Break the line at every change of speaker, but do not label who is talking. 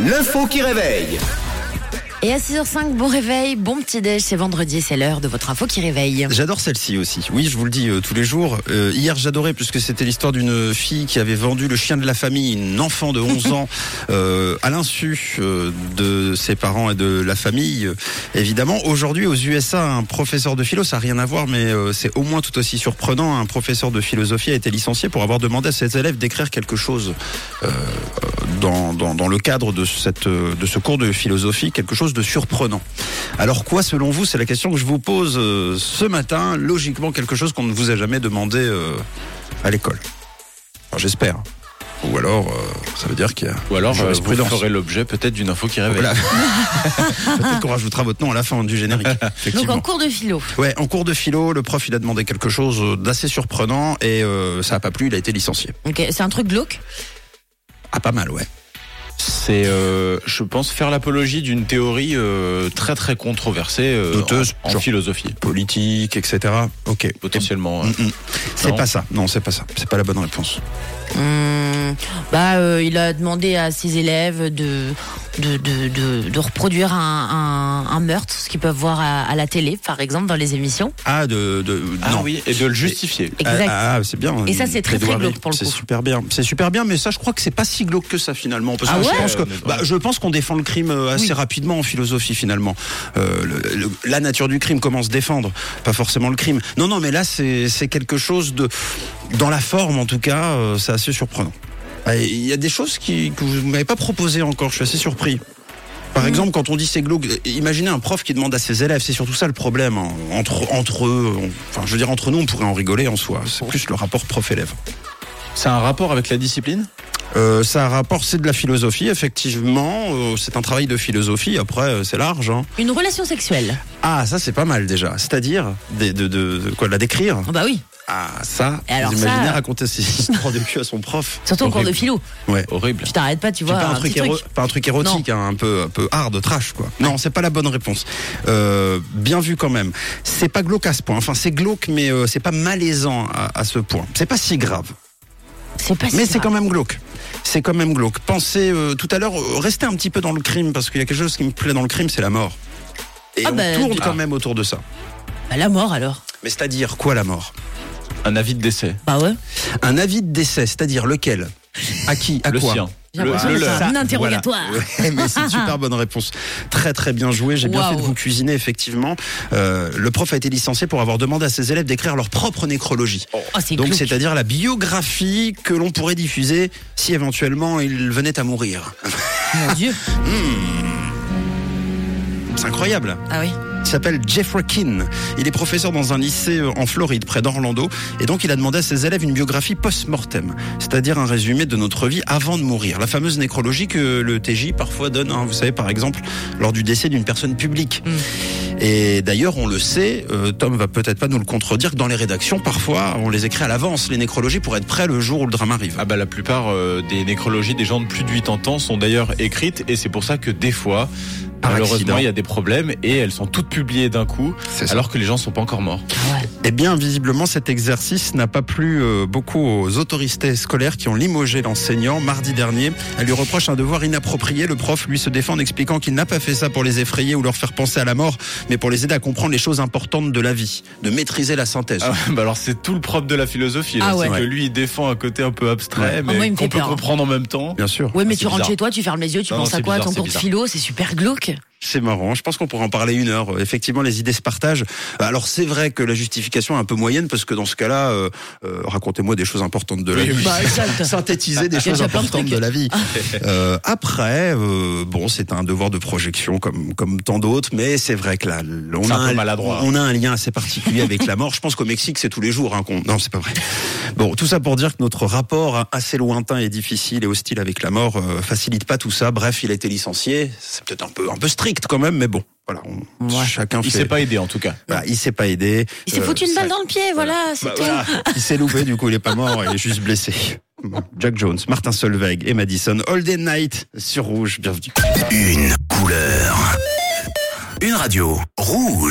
L'info qui réveille.
Et à 6h05, bon réveil, bon petit déj, c'est vendredi, c'est l'heure de votre info qui réveille.
J'adore celle-ci aussi. Oui, je vous le dis euh, tous les jours. Euh, hier, j'adorais puisque c'était l'histoire d'une fille qui avait vendu le chien de la famille, une enfant de 11 ans, euh, à l'insu euh, de ses parents et de la famille. Euh, Évidemment, aujourd'hui aux USA, un professeur de philo, ça n'a rien à voir, mais euh, c'est au moins tout aussi surprenant. Un professeur de philosophie a été licencié pour avoir demandé à ses élèves d'écrire quelque chose euh, dans, dans, dans le cadre de, cette, euh, de ce cours de philosophie, quelque chose de surprenant. Alors quoi, selon vous, c'est la question que je vous pose euh, ce matin, logiquement quelque chose qu'on ne vous a jamais demandé euh, à l'école. Enfin, J'espère. Ou alors, euh, ça veut dire qu'il y a
Ou alors, euh, vous
jurisprudence.
ferez l'objet peut-être d'une info qui réveille.
Voilà. Peut-être qu'on rajoutera votre nom à la fin du générique.
Ah. Donc
Effectivement.
en cours de philo.
Ouais, en cours de philo, le prof il a demandé quelque chose euh, d'assez surprenant et euh, ça a pas plu, il a été licencié.
Ok, c'est un truc glauque
Ah pas mal, ouais.
C'est, euh, je pense, faire l'apologie d'une théorie euh, très très controversée euh,
Douteuse,
en, en
genre.
philosophie,
Politique, etc. Ok.
potentiellement. euh.
Mm, mm. C'est
Non.
pas ça. Non, c'est pas ça. C'est pas la bonne réponse.
Hmm, Bah, euh, il a demandé à ses élèves de, de, de, de, de reproduire un, un- un meurtre, ce qu'ils peuvent voir à, à la télé, par exemple, dans les émissions.
Ah de, de
Ah
non.
oui, et de le justifier.
Exact.
Ah, ah, c'est bien.
Et ça, c'est très, très
Edouard,
glauque pour le
C'est
coup.
super bien. C'est super bien, mais ça, je crois que c'est pas si glauque que ça finalement. Parce
Ah
que
ouais
je pense que,
Euh, mais-
bah, je pense qu'on défend le crime euh, assez
Oui.
rapidement en philosophie finalement. Euh, le- le- la nature du crime, comment se défendre, pas forcément le crime. Non, non, mais là, c'est c'est quelque chose de, dans la forme en tout cas, euh, c'est assez surprenant. Ah, et Il y a des choses qui, que vous m'avez pas proposées encore. Je suis assez surpris.
Mm.
Par exemple, quand on dit c'est glauque, euh, imaginez un prof qui demande à ses élèves, c'est surtout ça le problème. hein. Entre, entre eux, on- enfin, je veux dire, entre nous, on pourrait en rigoler en soi. C'est plus le rapport prof-élève.
C'est un rapport avec la discipline
Euh, ça a un rapport, c'est de la philosophie, effectivement. euh, c'est un travail de philosophie, après, euh, c'est large. hein.
Une relation sexuelle.
Ah, ça, c'est pas mal déjà. C'est-à-dire, des- de, de, de quoi, de la décrire
Ah Bah oui,
Ah, ça,
Et alors
vous imaginez
ça-
raconter ces histoires de cul à son prof.
surtout en cours de
Horrible.
philo.
Ouais.
Horrible.
Tu t'arrêtes pas, tu vois.
Puis pas, un
un
truc
petit
éro-
truc.
pas un truc érotique, hein, un peu un peu hard, trash quoi. Non, c'est pas la bonne réponse. Euh, bien vu quand même. C'est pas glauque à ce point. Enfin, c'est glauque, mais euh, c'est pas malaisant à, à ce point. C'est pas si grave.
C'est pas si
Mais c'est
grave.
quand même glauque. C'est quand même glauque. Pensez euh, tout à l'heure, euh, restez un petit peu dans le crime parce qu'il y a quelque chose qui me plaît dans le crime, c'est la mort. Et
Ah
on
ben,
tourne
ah.
quand même autour de ça.
Bah, la mort alors.
Mais c'est-à-dire quoi la mort
Un avis de décès.
Bah ouais.
Un avis de décès, c'est-à-dire lequel À qui À
le
quoi
sien.
J'ai
Le-
l'impression
le
que c'est
leur.
Ah, un interrogatoire.
Ouais, mais c'est une super bonne réponse. Très très bien joué. J'ai bien
Waouh.
fait de vous cuisiner effectivement. Euh, le prof a été licencié pour avoir demandé à ses élèves d'écrire leur propre nécrologie.
Oh, c'est
Donc
glauque.
c'est-à-dire la biographie que l'on pourrait diffuser si éventuellement il venait à mourir.
Mon Dieu.
C'est incroyable.
Ah oui.
Il s'appelle Jeffrey Keane. Il est professeur dans un lycée euh, en Floride, près d'Orlando. Et donc, il a demandé à ses élèves une biographie post-mortem, c'est-à-dire un résumé de notre vie avant de mourir. La fameuse nécrologie que le TJ parfois donne, hein, vous savez, par exemple, lors du décès d'une personne publique. Et d'ailleurs, on le sait, euh, Tom va peut-être pas nous le contredire, que dans les rédactions, parfois, on les écrit à l'avance, les nécrologies, pour être prêts le jour où le drame arrive.
Ah bah la plupart euh, des nécrologies des gens de plus de 80 ans sont d'ailleurs écrites et c'est pour ça que des fois,
Par accident.
malheureusement, il y a des problèmes et elles sont toutes publiées d'un coup
C'est ça.
alors que les gens sont pas encore morts.
Eh bien, visiblement, cet exercice n'a pas plu euh, beaucoup aux autorités scolaires qui ont limogé l'enseignant mardi dernier. Elle lui reproche un devoir inapproprié. Le prof lui se défend en expliquant qu'il n'a pas fait ça pour les effrayer ou leur faire penser à la mort, mais pour les aider à comprendre les choses importantes de la vie, de maîtriser la synthèse.
Ah ouais, bah alors c'est tout le propre de la philosophie, là.
Ah ouais.
c'est que lui il défend un côté un peu abstrait,
Ah, moi, il
mais
me fait
qu'on peut
peur.
comprendre en même temps.
Bien sûr.
Ouais, mais
Ah,
tu
c'est
rentres
bizarre.
chez toi, tu fermes les yeux, tu
Non, non,
penses à
c'est
quoi à
bizarre,
ton
c'est
cours de
bizarre.
philo C'est super glauque.
C'est marrant. Je pense qu'on pourrait en parler une heure. Euh, Effectivement, les idées se partagent. Bah, Alors, c'est vrai que la justification est un peu moyenne parce que dans ce cas-là, euh, euh, racontez-moi des choses importantes de la
Oui,
vie.
oui.
Bah, exact.
synthétiser des
Il y a
choses
déjà plein de
importantes
trucs. Ah.
de la vie. Euh, après, euh, bon, c'est un devoir de projection comme comme tant d'autres, mais c'est vrai que là, on
C'est
a
un peu maladroit.
on a un lien assez particulier avec la mort. Je pense qu'au Mexique, c'est tous les jours. Hein, qu'on... Non, c'est pas vrai. Bon, tout ça pour dire que notre rapport assez lointain et difficile et hostile avec la mort euh, facilite pas tout ça. Bref, il a été licencié. C'est peut-être un peu un peu strict quand même, mais bon, voilà. On...
Ouais.
Chacun
Il
fait.
s'est pas aidé en tout cas.
voilà, il s'est pas aidé.
Il s'est
Euh,
foutu une
ça-
balle dans le pied, voilà, c'est
bah,
tout.
voilà. Il s'est loupé, du coup, il est pas mort, il est juste blessé. Bon, Jack Jones, Martin Solveig et Madison, All Day Night sur Rouge, bienvenue.
Une couleur. Une radio. Rouge.